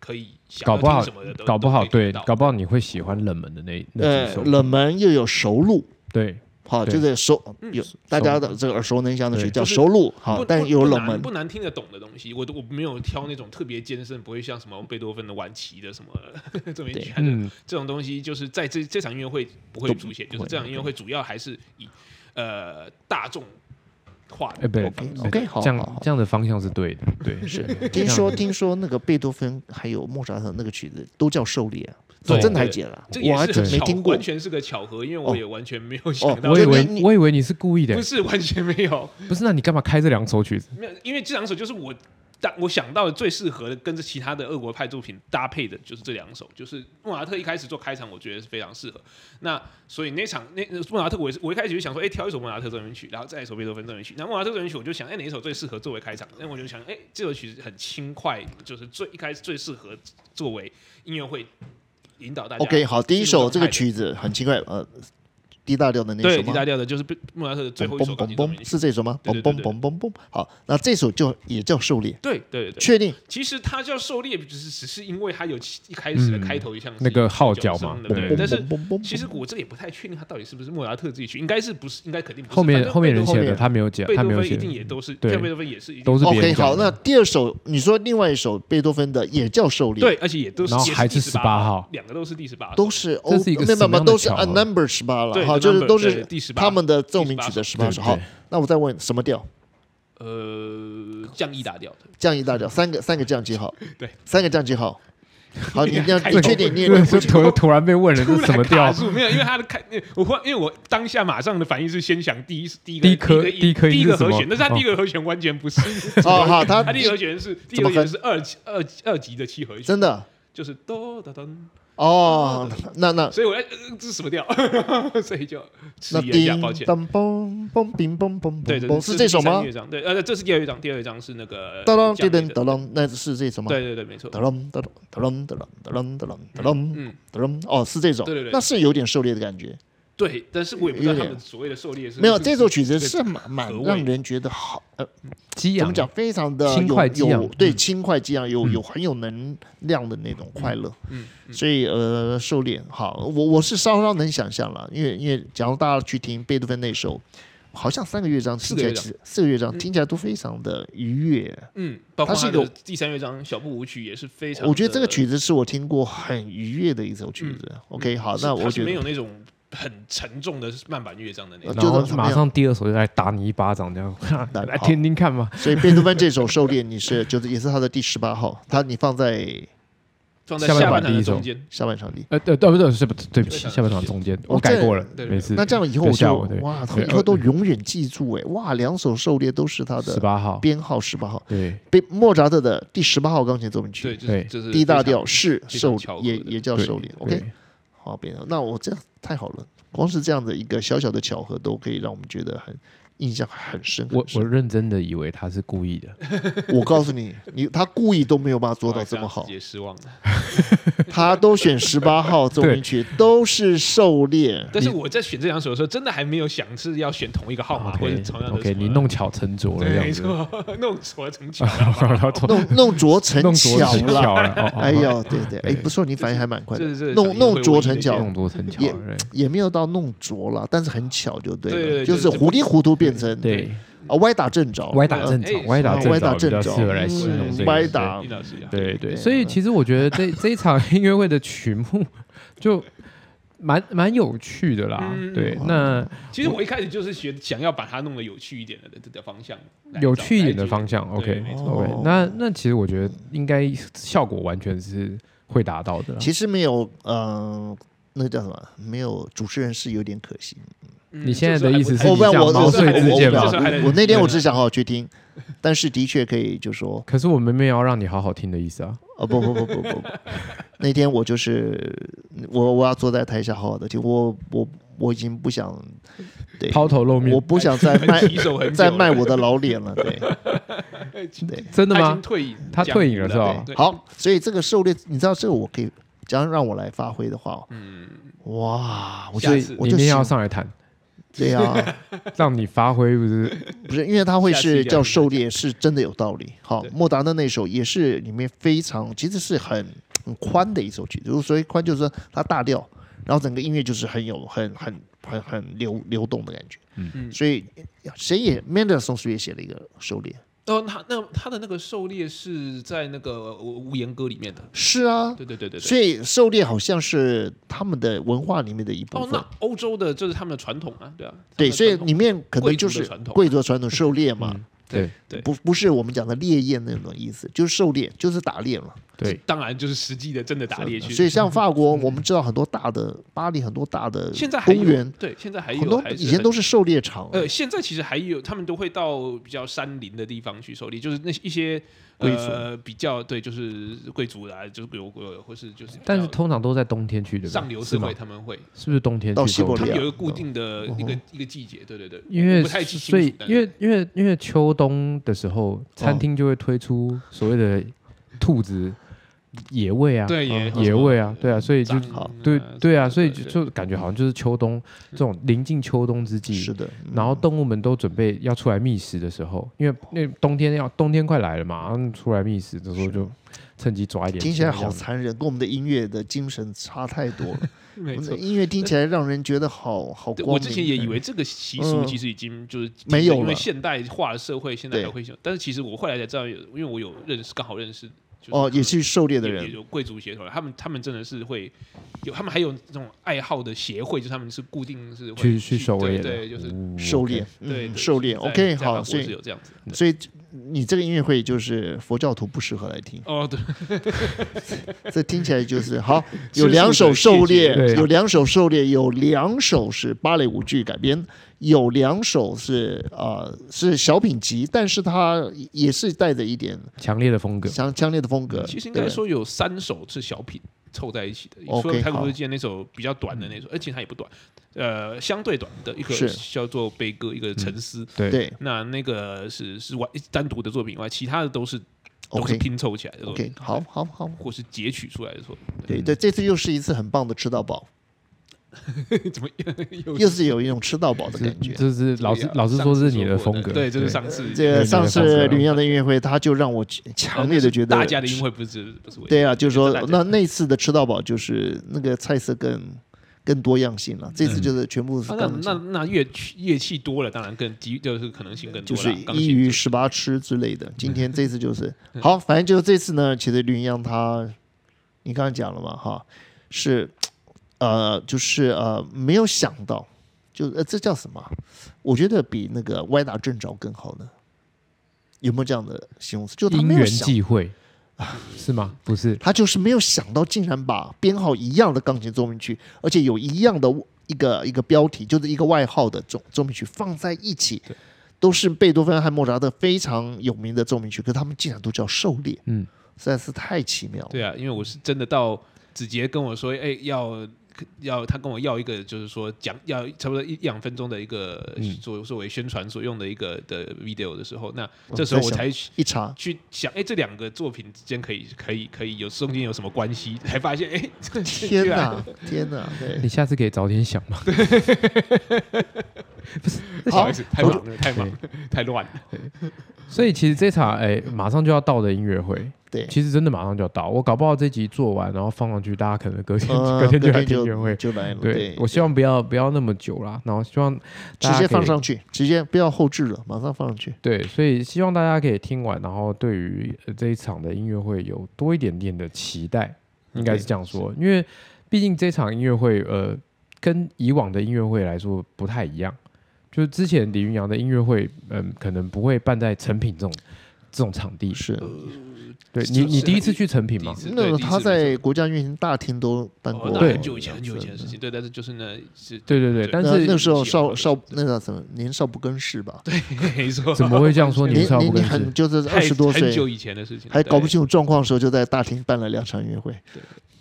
C: 可以想
A: 搞
C: 要
A: 不好
C: 听什么的都
A: 搞不好对，搞
C: 好
A: 不好你会喜欢冷门的那那
B: 呃
A: 几，首，
B: 冷门又有熟路，
C: [laughs]
A: 对，
B: 好，
A: 对
B: 就是熟有大家的这个耳熟能详的曲叫熟路，好，
C: 嗯不
B: 但
C: 不
B: 有
C: 不
B: 冷
C: 难
B: 门
C: 不难听得懂的东西，我都我没有挑那种特别艰深，不会像什么贝多芬的晚期的什么 [laughs] 这么一
B: 对
C: 曲，
A: 嗯，
C: 这种东西就是在这这场音乐会不会出现，就是这场音乐会主要还是以呃大众化
A: 哎，
C: 的
A: 不对
B: ，OK
A: 不
B: OK，好，
A: 这
B: 好
A: 样
B: 好
A: 这样的方向是对的，对，
B: 是
A: 这样
B: 听说听说那个贝多芬还有莫扎特那个曲子都叫狩猎啊，
A: 对
B: 真的还假的啊？
C: 这
B: 我还
C: 也是
B: 真
C: 很
B: 没
C: 巧
B: 听过
C: 完。全是个巧合，因为我也完全没有
B: 哦
C: 想到
A: 我以
B: 就
C: 这个，
B: 你
A: 为
B: 你
A: 我以为你是故意的
C: 不，是完全没有，
A: 不是？那你干嘛开这两首曲子？
C: 没有，因为这两首就是我当我想到的最适合的，跟着其他的俄国派作品搭配的就是这两首，就是莫扎特一开始做开场，我觉得是非常适合。那所以那场那那莫扎特我也是，我一开始就想说，哎，挑一首莫扎特奏鸣曲，然后再一首贝多芬奏鸣曲。那莫扎特奏鸣曲我就想，哎，哪一首最适合作为开场？那我就想，哎，这首曲子很轻快，就是最一开始最适合作为音乐会引导大家。
B: OK，好，第一
C: 进入
B: 首
C: 状态
B: 这个
C: 的
B: 曲子很奇怪，呃，低大调的那
C: 对
B: 首
C: 低
B: 吗？
C: 大调的，就是贝莫扎特的最后一首钢
B: 嘣
C: 琴奏
B: 嘣
C: 鸣
B: 嘣，
C: 曲。
B: 是这首吗？
C: 对
B: 嘣
C: 对对
B: 嘣
C: 对
B: 嘣嘣嘣。好，那这首就也叫狩猎，
C: 对对对对，
B: 确定？
C: 其实他叫狩猎，只是只是因为他有其一开始的开头一项、
A: 嗯那个号角嘛
C: 对不
B: 嘣
C: 对？
B: 嘣
C: 但是
B: 嘣嘣嘣。
C: 其实我这个也不太确定他到底是不是莫扎特自己去，应该是不是，应该肯定不是。
A: 后
C: 反
A: 面
C: 正
A: 后面人
C: 贝多
A: 写
B: 后
A: 的，
B: 面
A: 他没有讲，
C: 贝
A: 他没有
C: 多芬一
A: 写，
C: 定也都是，
A: 对
C: 像贝多芬也是一定
A: 都是别
B: OK，
A: 人
B: 好，
A: 讲 [laughs]
B: 那
A: 的。
B: 第二首你说另外一首贝多芬的也叫狩猎，
C: 对，而且也都是
A: 然后
C: 也
A: 还
C: 第
A: 是
C: 十
A: 18号
C: 两个都是第十八，
B: 都是
A: 这
B: 欧，
A: 是一个
B: 没有
A: 什么样
B: 没有
A: 的
B: 都是
A: 巧合
B: 按 number 十八了，
C: 啊对
B: 好，
C: ，the
B: 就是
C: number，
B: 都
C: 对
B: 是
C: 第18
B: 他们的奏鸣曲的十
C: 第
B: 八
A: 对
B: 首。好
A: 对，
B: 那我再问什么调？
C: 呃降 E 打掉的，
B: 降一大调，三个三个降记号，
C: [laughs] 对，
B: 三个降记
C: [laughs]
B: 号。好，你要
C: 开
B: 你
C: 头
B: 确定你也
A: 对，就突突然被问了，
C: 突
A: [laughs] 这是什么
C: 然
A: 调
C: 卡？住，没有，因为他的开，我忽然因为我当下马上的反应是先想第一第一个
A: 第一颗
C: 第
A: 第
C: 一
A: 一颗
C: 个
A: 音
C: 第一
A: 是
C: 个
A: 什
C: 和
A: 么
C: 弦，但是他第一个和弦完全不是，
B: 哦，好，他
C: 他第一个和弦是第
B: 怎
C: 一个
B: 么
C: 和弦
B: 哼
C: 是二级二级二级的七和弦，
B: 真的
C: 就是哆哒噔。
B: 哦，那
C: [laughs]
B: 那
C: 所以我要、呃、这是什么调？ [laughs] 所以就迟
B: 那
C: 疑了一
B: 叮
C: 下，抱歉。
B: 当嘣嘣叮嘣嘣嘣
C: 对
B: 嘣，
C: 对对，
B: 是这首
C: 第三
B: 吗
C: 乐？章对，呃，这是第二乐章，第二乐章是那个
B: 哒啷滴
C: 降 E
B: 噔
C: 的
B: 哒啷，那是这首吗？
C: 对对对，没错
B: 哒。啷哒啷哒啷哒啷哒啷哒啷哒啷
C: 嗯，
B: 哒啷，哦，是这种
C: 对对对，
B: 那是有点狩猎的感觉。
C: 对，但是我也不知道
B: 有
C: 他
B: 点
C: 们所谓的狩猎是
B: 没有，
C: 是
B: 这首曲子是蛮
C: 合
B: 蛮
C: 味
B: 让人觉得好，呃，
A: 激
B: 怎
A: 昂
B: 么，讲，非常的
A: 轻快激
B: 有有
A: 昂
B: 对
A: 嗯
B: 轻快激昂，有
A: 嗯
B: 有很有能量的那种快乐。
C: 嗯嗯
B: 所以呃，狩猎好，我我是稍稍能想象了，因为因为假如大家去听贝多芬那首，好像三个乐章
C: 四
B: 听
C: 个
B: 起来其
C: 乐章
B: 实四个乐章听起来都非常的愉悦。
C: 嗯，包括
B: 它是
C: 他
B: 一个
C: 的第三乐章小步舞曲也是非常的，嗯
B: 我觉得这个曲子是我听过很愉悦的一首曲子。OK，好，
C: 是
B: 那
C: 它
B: 我
C: 是
B: 觉
C: 没有
B: 得
C: 那种很沉重的慢板乐章的那
B: 呃
C: 种。
A: 然后
B: 就怎么
A: 马
B: 样
A: 上第二首就来打你一巴掌，这样
B: 那
A: [laughs] 来
B: 好
A: 听听看嘛。
B: 所以贝多芬这首狩猎，你是就是也是他的第十八号，他你放在
C: 放在
A: 下半
C: 下半
A: 场
C: 场
A: 第
C: 的
A: 一首
C: 中间，
B: 下半场里。
A: 呃，对对不对？是不对不
C: 下
A: 起，
C: 半场
A: 下半场中间我
B: 哦
A: 改
B: 这
A: 过了
C: 对，对
A: 没事。
B: 那这样以后我
A: 对下
B: 就
A: 午对
B: 哇，
A: 对
B: 以后
A: 呃
B: 都永远记住哎，哇，两首狩猎都是他
A: 十
B: 的
A: 八号，
B: 编号十八号，
A: 对
B: 被莫扎特的第十八号钢琴奏鸣曲
C: 对，。就是
A: 对
C: 就是
B: 低大
C: 非常
B: 调是
C: 非常
B: 狩
C: 巧合
B: 也
C: 的
B: 也叫
A: 对
B: 狩猎。OK，
A: 对，
B: 好，别的，那我这样太好了，光是这样的一个小小的巧合，都可以让我们觉得很印象很深。
A: 我
B: 很
A: 我
B: 深
A: 认真的以为他是故意的，
B: 我告诉你，你他故意都没有办法做到
C: 哇
B: 这么
C: 样
B: 好
C: 直，接失望了。
B: 他都选十八号奏鸣曲，都是
A: [laughs]
B: 狩猎。
C: 但是我在选这两首的时候，真的还没有想是要选同一个号码或者
A: 啊 OK
C: 同样的什
A: OK，
C: 么
A: 你弄巧成拙了
C: 对，
A: 这样
C: 没
A: 子，
C: 错， [laughs] 弄错
A: [laughs]
C: 成巧
A: 然后弄
B: 弄弄拙成
A: 弄拙
B: 巧
A: 成
B: 了，
A: 巧了，哦哦
B: 哎呦，对对，哎，
A: 对
B: 不错，你反应还蛮快的，
C: 这是
B: 弄弄拙成巧
A: 弄拙成巧
B: 也
A: 了，
B: 也没有到弄拙了，但是很巧就对
C: 对对
B: 了，
C: 对
B: 就是
C: 就是
B: 糊里糊涂变成
A: 对对，
B: 啊歪打正着，
A: 歪打正
C: 哎
A: 着，歪打
B: 啊
A: 正
B: 歪
A: 着
B: 打
A: 比较
B: 正着，
A: 适合来形容这个
B: 嗯歪
A: 对
B: 打
C: 一老师啊，
A: 对对，
B: 对
A: 所以其实我觉得这这一场音乐会的曲目 [laughs] 就蛮蛮有趣的啦。
C: 嗯
A: 对，那
C: 其实我一开始就是学想要把它弄得有趣一点的的的方向，来
A: 有趣一点的
C: 找来
A: 方向，OK
C: 没
B: 错
A: OK，那那其实我觉得应该效果完全是会达到的啦，
B: 其实没有，嗯、那个叫什么？没有主持人是有点可惜。
C: 嗯
A: 你现在的意思是
B: 我
A: 你
B: 不然
A: 像
B: 我
A: 毛
B: 我
A: 遂自荐吧
B: 我我我我那天我只想好好去听，但是的确可以就说，
A: 可是我们没有要让你好好听的意思啊。
B: 呃、不不不不不，那天我就是我我要坐在台下好好的听，我我我已经不想，对，
A: 抛头露面
B: 我，不想再卖
C: 很棘手很久了
B: 再卖我
C: [laughs]
B: 的老脸了，对。对
A: 真的
C: 他已
A: 吗
C: 经？退隐，
A: 他退隐了
C: 江湖
A: 是吧
C: 对，
B: 好，所以这个狩猎，你知道这个我可以，只要让我来发挥的话，嗯，哇，我就
C: 下次
B: 我
A: 你一
B: 就
A: 定要
B: 想，
A: 上来谈，
B: 对呀、
C: [laughs]
A: 让你发挥不是？
B: 不是，因为它会
C: 下次一
B: 是
C: 定
B: 叫
C: 要听
B: 狩猎，是真的有道理。好
C: 对，
B: 莫达的那首也是里面非常，其实是很很宽的一首曲子，就是所以宽就是说它大调，然后整个音乐就是很有很很很很流流动的感觉。
C: 嗯
B: 所以谁也 Mendelssohn 是不是也写了一个狩猎？
C: 哦，他那他的那个狩猎是在那个无无言歌里面的，
B: 是啊，
C: 对对对对对。
B: 所以狩猎好像是他们的文化里面的一部
C: 哦，
B: 分
C: 那。欧洲的这是他们的传统啊，对啊，
B: 对，
C: 他们的
B: 所以
C: 传统
B: 里面可能
C: 贵
B: 就
C: 族的
B: 是
C: 传统嗯
B: 贵族的传统狩猎嘛。
A: 对
C: 对
B: 不不是我们讲的猎艳那种意思，就是狩猎，就是打猎嘛。
A: 对，
C: 当然就是实际的真的打猎去。嗯
B: 所以像法国，我们知道很多大的巴黎，很多大的
C: 现在还
B: 公
C: 有
B: 园，
C: 对，现在还
B: 很
C: 有，
B: 多
C: 还是
B: 以前
C: 很
B: 都是狩猎场。啊
C: 呃，现在其实还有，他们都会到比较山林的地方去狩猎，就是那一些
B: 贵
C: 呃比较对，就是贵族啦，就是贵国或是就是比较
A: 但是通常都在冬天去的，
C: 上流
A: 是
C: 社
A: 吗
C: 会？他们会，
A: 是不是冬天去
B: 到西伯
A: 都
B: 利对
C: 他
B: 亚啊
C: 们有一个固定的一个一个季节，对对对，
A: 因为
C: 我不太记
A: 所以
C: 清楚
A: 因为因为因为秋冬的时
B: 哦
A: 候，餐厅就会推出所谓的兔子野味啊，
C: 对
B: 哦
C: 嗯野
A: 野味啊，对啊，所以就
C: 蟑螂
A: 对对啊，
C: 什么
A: 所以
C: 的
A: 就
C: 对
A: 就感觉好像就是秋冬这种临近秋冬之际，
B: 是的，嗯
A: 然后动物们都准备要出来觅食的时候，因为
C: 哦
A: 那冬天要冬天快来了嘛，然后出来觅食的时候就趁机抓一点。
B: 听起来
A: 这
B: 好
A: 样子
B: 残忍，跟我们的音乐的精神差太多
C: [laughs]
B: 了。
C: 没
B: 我们
C: 错
B: 的。音乐听起来让人觉得好好
C: 对
B: 光明。
C: 我之前也以为这个习俗
B: 嗯
C: 其实已经就是停
B: 没有
C: 了因为
B: 了
C: 现代化的社会现在
B: 对
C: 还会有，但是其实我后来才知道有，因为我有认识，刚好认识就是
B: 哦，也是狩猎的
C: 有有
B: 人，
C: 有贵族协同，他们他们真的是会有，他们还有那种爱好的协会，就是他们是固定是会
A: 去去狩
C: 对
A: 猎的，
C: 对，就是
A: 哦
B: 狩
A: OK
B: 猎，
C: 对
B: 嗯，
C: 对
B: 狩猎。
C: 在
B: OK，
C: 在法
B: 好，
C: 国
B: 所
C: 是
B: 以嗯
C: 有这样子。
B: 所以你这个音乐会就是佛教徒不适合来听，
C: 哦，对，。
B: 这听起来就是好
C: [laughs]
B: 有两首狩猎
A: 吃素的戒，
C: 啊
A: 指
B: 有两首狩猎，有两首是芭蕾舞剧改编，有两首是啊是小品集，但是它也是带着一点
A: 强烈的风格，
B: 强强烈的风格。
C: 其实应该
B: 呃对
C: 说有三首是小品凑在一起的，
B: OK，
C: 除了泰国
B: 好
C: 推荐那首比较短的那首，而且它也不短，呃，相对短的一个
B: 是嗯
C: 叫做悲歌，一个沉思。
A: 对
B: 对
C: 那那个是是完单独的作品以外，其他的都是都是
B: ，OK
C: 拼凑起来的嗯作品
B: OK，好好好。
C: 或是截取出来的作
B: 对对，这次又是一次很棒的吃到饱，
C: 品， [laughs] 怎么
B: [laughs]
C: 又
B: 又是有一种吃到饱的感觉。
A: 这是老师老师
C: 啊上
A: 说这
C: 次
A: 是你的
C: 过
A: 风格，
C: 对，这是上次啊
B: 这
A: 对
B: 个上
A: 对对
B: 次吕耀的音乐会，他就让我强烈的觉得，
C: 大家的音会不是不是我
B: 对啊，就是
C: 也
B: 说
C: 是大家
B: 那那次的吃到饱就是那个菜色更更多样性了，这
A: 嗯
B: 次就是全部是
C: 啊、那
B: 钢
C: 那
B: 琴，
C: 那乐器乐器多了，当然更机就是可能性更
B: 就
C: 多
B: 是
C: 了。钢
B: 一
C: 琴
B: 鱼
C: 就嗯
B: 十八吃之类的。今天这次
C: [laughs]
B: 就是好，反正就是这次呢，其实吕耀他，你刚刚讲了嘛，哈，是呃，就是呃，没有想到，就呃，这叫什么啊？我觉得比那个歪打正着更好呢。有没有这样的形容词？就他
A: 因
B: 没有
A: 缘
B: 想
A: 际
B: [laughs]
A: 会是吗？不是，
B: 他就是没有想到，竟然把编号一样的钢琴奏鸣曲，而且有一样的一个一个标题，就是一个外号的奏奏鸣曲放在一起，都是贝多芬和莫扎特非常有名的奏鸣曲，可他们竟然都叫狩猎，
A: 嗯，
B: 实在是太奇妙了。
C: 对啊，因为我是真的到子杰跟我说，哎、要要他跟我要一个，就是说讲要差不多一一两分钟的一个
A: 嗯
C: 作作为宣传所用的一个的 video 的时候，那
B: 我
C: 这时候
B: 在
C: 我
B: 想
C: 才去
B: 一
A: [laughs]
B: 查，
C: 去想，哎、这两个作品之间可以可以可以有中间有什么
B: [laughs]
C: 关系，才发现，哎、
B: 哦
C: 这
B: 天
C: 居然
B: 哪，天哪，对
A: [laughs] 你。下次可以早点想嘛。
C: 不好意思，太
B: 我
C: 忙了，太忙了，太乱了。
A: 所以其实这场哎、马上就要到的音乐会，
B: 对
A: 其实真的马上就要到。我搞不好这集做完，然后放上去，大家可能隔天、[laughs]
B: 呃
A: 隔天就
B: 隔
A: 来
B: 天
A: 听音乐会。
B: 就来了，
A: 对，
B: 对，
A: 我希望不要不要那么久啦，然后希望大
B: 直
A: 家
B: 接
A: 可以
B: 放上去，直接不要后置了，马上放上去。
A: 对，所以希望大家可以听完，然后对于呃这一场的音乐会有多一点点的期待，应该是这样说，因为毕竟这场音乐会，呃，跟以往的音乐会来说不太一样，就是之前李云阳的音乐会，嗯、可能不会办在成品这种这种场地，
B: 是，
A: 对
C: 是
A: 你，你
C: 是
A: 第一次去成品吗
C: 第一？次
B: 那
C: 呃对
B: 个
C: 第一
B: 他
C: 次
B: 在国家音乐厅大厅都办
C: 哦
B: 过，，
C: 那
A: 对
C: 很久以前很久以前的事情，对，但是就是呢，是
A: 对对对，但
B: 那那
A: 是
B: 时候
C: 以前
B: 少
C: 嘛
B: 少那叫什么年少不更事吧？
C: [laughs] 没 [laughs] 错，
A: 怎么会这样说？你
B: 你
A: 们是要
B: 你
A: 不
B: 你
A: 跟
B: 很
A: 是？
B: 就是
C: 太
B: 二十多
C: 很久
B: 岁，
C: 以前的事情了，
B: 还搞不
C: 对
B: 清楚状况的时候，就在大厅办了两场音乐会。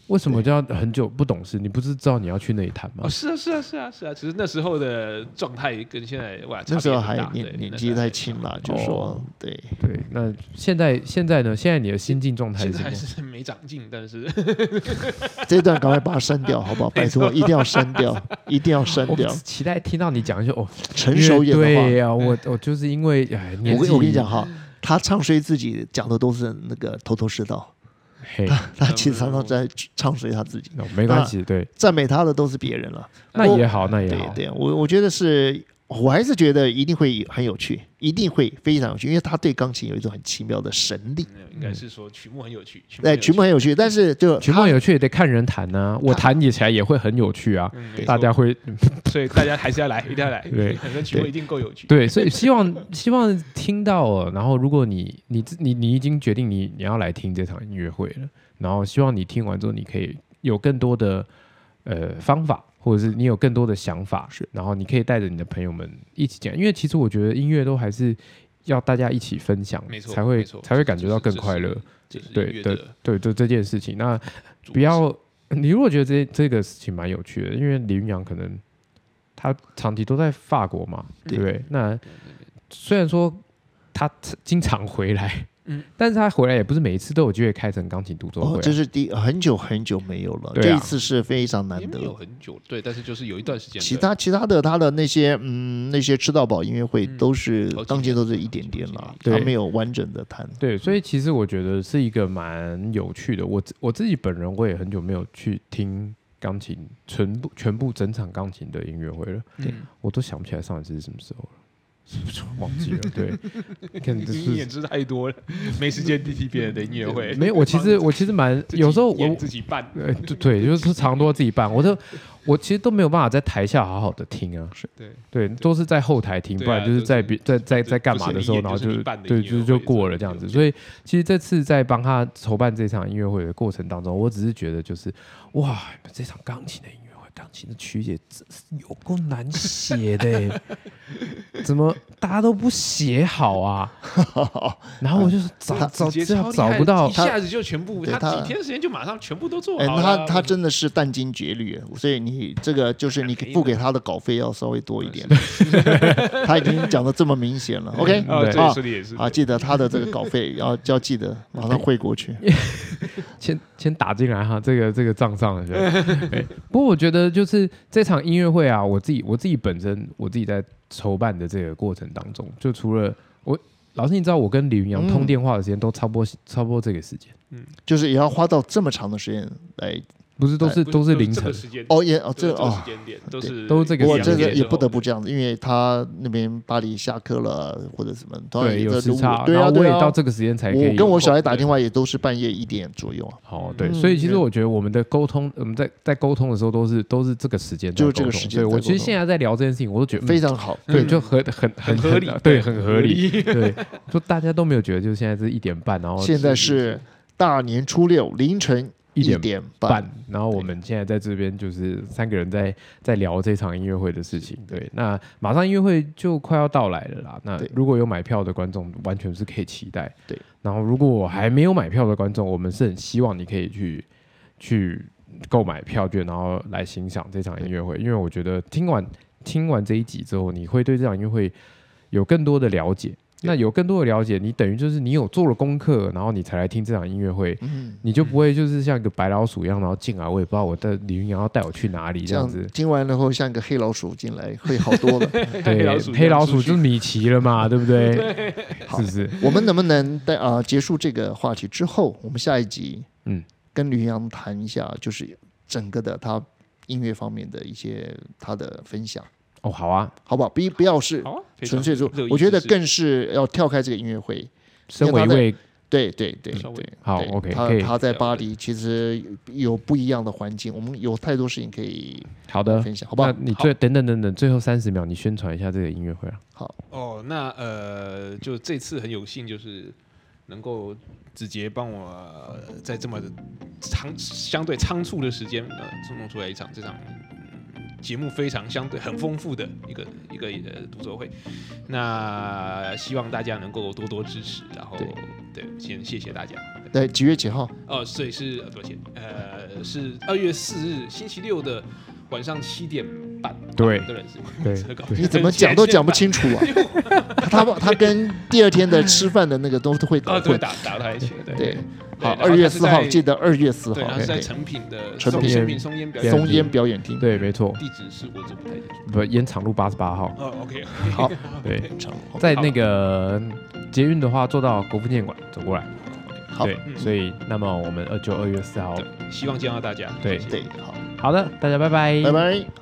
A: 为什么叫很久不懂事？你不是知道你要去那里谈吗
C: 哦，？是啊，是啊，是啊，是啊，只是那时候的状态跟现在哇，
B: 那
C: 差
B: 时
C: 别
B: 候
C: 很
B: 还
C: 大对
B: 年年
C: 那
B: 纪
C: 时候
B: 太
C: 还
B: 轻了，就说
A: 哦
B: 对，
A: 对，那现在现在呢？现在你的心境状态
C: 现
A: 是
C: 在
A: 什么
C: 还？是没长进，但是
B: 这段赶快把它删掉，好不
C: [laughs]
B: 好？拜托，一定要删掉，一定要删
A: 我
B: 掉，
A: 期待听到你讲一些哦，
B: 成熟一点
A: 对
B: 的
A: 呀、我我就是因为哎，
B: 话。
A: 年
B: 我
A: 纪
B: 跟我跟你讲，哈，他唱衰自己讲的都是那个头头是道，
A: 嘿，
B: 他其实常常
C: 嗯
B: 在唱衰他自己，
A: 那没关系，对，
B: 赞美他的都是别人了。
A: [laughs] 那
B: 我
A: 也好，那也
B: 对
A: 好，
B: 对，我我觉得是我还是觉得一定会很有趣，一定会非常有趣，因为他对钢琴有一种很奇妙的神力。
C: [laughs] 嗯应该是说曲目很有趣，曲目很
B: 对，
C: 有
B: 曲目很有趣，但是就
A: 曲目有趣也得看人弹呐、我弹起来也会很有趣啊，
C: 嗯没错
A: 大家会
C: 所以大家还是要来，一定要来，
A: [laughs] 对
C: 很多曲目一定够有趣。
A: 对，所以希望 [laughs] 希望听到哦。然后，如果你你自你你已经决定你你要来听这场音乐会了，然后希望你听完之后，你可以有更多的呃方法，或者是你有更多的想法，
B: 是
A: 然后你可以带着你的朋友们一起讲，因为其实我觉得音乐都还是要大家一起分享，
C: 没错
A: 才会
C: 没错
A: 才会感觉到更快乐。
C: 这是音
A: 对
C: 乐
A: 对
C: 的
A: 对，这这件事情，那
C: 主
A: 不要，你如果觉得这这个事情蛮有趣的，因为李云阳可能他长期都在法国嘛，对
B: 对
A: 不对？那虽然说他经常回来，
C: 嗯
A: [laughs] 但是他回来也不是每一次都有机会开成钢琴独奏会啊、
B: 哦，这是第很久很久没有了，
A: 对啊
B: 这一次是非常难
C: 也没有
B: 得。
C: 很久，对，但是就是有一段时间的，
B: 其他其他的他的那些嗯那些吃到饱音乐会
C: 嗯
B: 都是
C: 好几
B: 钢琴
C: 年
B: 都是一点点了，
A: 对
B: 他没有完整的
C: [laughs]
B: 弹。哎
A: 对，所以其实我觉得是一个蛮有趣的。我自我自己本人我也很久没有去听钢琴全部全部整场钢琴的音乐会了，
C: 对，
A: 我都想不起来上一次是什么时候了。是不是忘记了？对，看这
C: 你
A: 是
C: 演出太多了，没时间听别人的音乐会。
A: 没有，我其实我其实蛮
C: 自己
A: 有时候
C: 演
A: 我
C: 自己办，
A: 呃对对，就是常多自己办，我都我其实都没有办法在台下好好的听啊，
C: 对，
A: 对，都是在后台听，
C: 对啊
A: 不然就是在别在在在干嘛的时候，
C: 不是你演
A: 然后
C: 就是你办的
A: 对
C: 音乐
A: 就
C: 会
A: 就过了这样子。
C: 对
A: 所以其实这次在帮他筹办这场音乐会的过程当中，我只是觉得就是哇，这场钢琴的音乐会，钢琴的曲也真是有够难写的欸， [laughs] 怎么大家都不写好啊？然后我
C: [laughs]
A: 就找
C: 哇
A: 找
C: 直接
A: 资料
C: 超厉
A: 哦找
C: 害
A: 不到
C: 一，
B: 他
C: 下子就全部，
B: 对
C: 他
B: 他
C: 几天时间就马上全部都做
B: 哎，
C: 好了啊。
B: 他他真的是殚精竭虑，所以你这个就是你
C: 哎没
B: 付
C: 了
B: 给他的稿费要稍微多一点。 [laughs] 他已经讲的这么明显
C: [laughs]
B: 了，OK
C: 哦，
A: 对
C: 这
B: 啊
C: 也是也是
B: 啊，记得他的这个稿费要要记得马上汇过去。
A: 先先打进来哈，这个这个账上了。对 [laughs] 对不过我觉得就是这场音乐会啊，我自己我自己本身我自己在筹办的这个过程当中，就除了我老师，你知道我跟李云阳
B: 嗯
A: 通电话的时间都差不多、差不多这个时间，
B: 就是也要花到这么长的时间来
A: 不是都是
C: 哎不
A: 都是凌
C: 这
A: 晨
C: 个，时间
B: 哦也哦
C: 这
B: 这
C: 个
B: 哦
C: 时，间点都是
A: 都是这个
B: 不过
A: 时
B: 这
A: 间
B: 个
A: 点
B: 也不得不这样子，因为他那边巴黎下课了或者什么，当然
A: 对，
B: 也
A: 有
B: 在
A: 时
B: 中午
A: 差，
B: 对
A: 然
B: 啊
A: 后我
B: 对
A: 也
B: 啊
A: 到。这个时间才可以。
B: 我跟我小孩打电话也都是半夜一点左右啊，
A: 哦，对，
B: 嗯
A: 所以其实我觉得我们的沟通，我们在在沟通的时候都是都是这个时间在
B: 就是这
A: 沟
B: 个
A: 通
B: 时间
A: 对
B: 在
A: 我
B: 沟
A: 其实
B: 通
A: 现在在聊这件事情，我都觉得嗯
B: 非常好。
A: 对，
C: 嗯
A: 就合很很
C: 合理
A: 对，
C: 对
A: 很合理，
B: [laughs]
A: 对，就大家都没有觉得，就是现在是一点半，然后
B: 现在是大年初六凌晨
A: 一点
B: 点半
A: 半，，然后我们现在在这边就是三个人在在聊这场音乐会的事情，对，那马上音乐会就快要到来了啦，那
B: 对
A: 如果有买票的观众，完全是可以期待，
B: 对，
A: 然后如果还没有买票的观众，我们是很希望你可以去去购买票券，然后来欣赏这场音乐会，因为我觉得听完听完这一集之后，你会对这场音乐会有更多的了解。那有更多的了解，你等于就是你有做了功课，然后你才来听这场音乐会，
B: 嗯，
A: 你就不会就是像一个白老鼠一样，然后进来我也不知道我的李云阳要带我去哪里这
B: 这
A: 样
B: 样 [laughs]
A: 子。
B: 听完了后像个黑老鼠进来会好多了。
A: 对，
C: [laughs] 黑老鼠一样
A: 黑老
C: 出
A: 鼠
C: 去
A: 就是米奇了嘛，对不对？是不是？
B: 我们能不能在啊、结束这个话题之后，我们下一集
A: 嗯
B: 跟吕阳谈一下，就是整个的他音乐方面的一些他的分享，
A: 哦，好啊，
B: 好不好？不不要是
C: 好啊，非
B: 纯
C: 常
B: 粹说
C: 乐意，
B: 我觉得
C: 支持
B: 更是要跳开这个音乐会。
A: 身为一位
B: 对对对
C: 嗯稍微
B: 对，
A: 好
B: 对
A: OK，可
B: 他
A: 以
B: 他在巴黎其实有不一样的环境，我们有太多事情可以
A: 好的，
B: 分享，好不
A: 那
B: 好？
A: 你最等等等等，最后三十秒你宣传一下这个音乐会啊。
C: 哦，那呃，就这次很有幸，就是能够直接帮我、呃在这么仓相对仓促的时间，呃，弄出来一场这场、嗯节目非常相对很丰富的一个一个呃独奏会。那希望大家能够多多支持，然后对先谢谢大家。
B: 对，几月几号？
C: 哦，所以是呃，抱歉，呃，是二月四日星期六的晚上七点半。
A: 对
C: 当然是
A: 对
C: 这个搞
A: 对
B: 你怎么讲都讲不清楚
C: [laughs]
B: 啊！他他跟第二天的吃饭的那个都会搞
C: [laughs] 啊，对，
B: 混。
C: 打打在一起，对
B: 对，好，
C: 然后
B: 二月
C: 他是
B: 四号，
C: 在
B: 记得二月四
C: 对，
B: 号
C: 然后，是在
B: OK
C: 成品的
B: 成
C: 松
B: 品
C: 成品松烟表演
B: 松
C: 厅，
B: 烟表演厅。
A: 对，没错，
C: 地址是我这不太清楚。
A: 不，烟厂路八十八号。
C: 哦，OK，
B: [laughs] 好，
A: 对，
B: 成
A: 在那个嗯捷运的话，坐到国父纪念馆走过来。
B: 好
A: 对，
C: 嗯
A: 所以那么我们二就二月四号。
C: 对，希望见到大家。
A: 对
C: 谢谢
B: 对，好，嗯
A: 好的，大家拜拜。
B: 拜拜。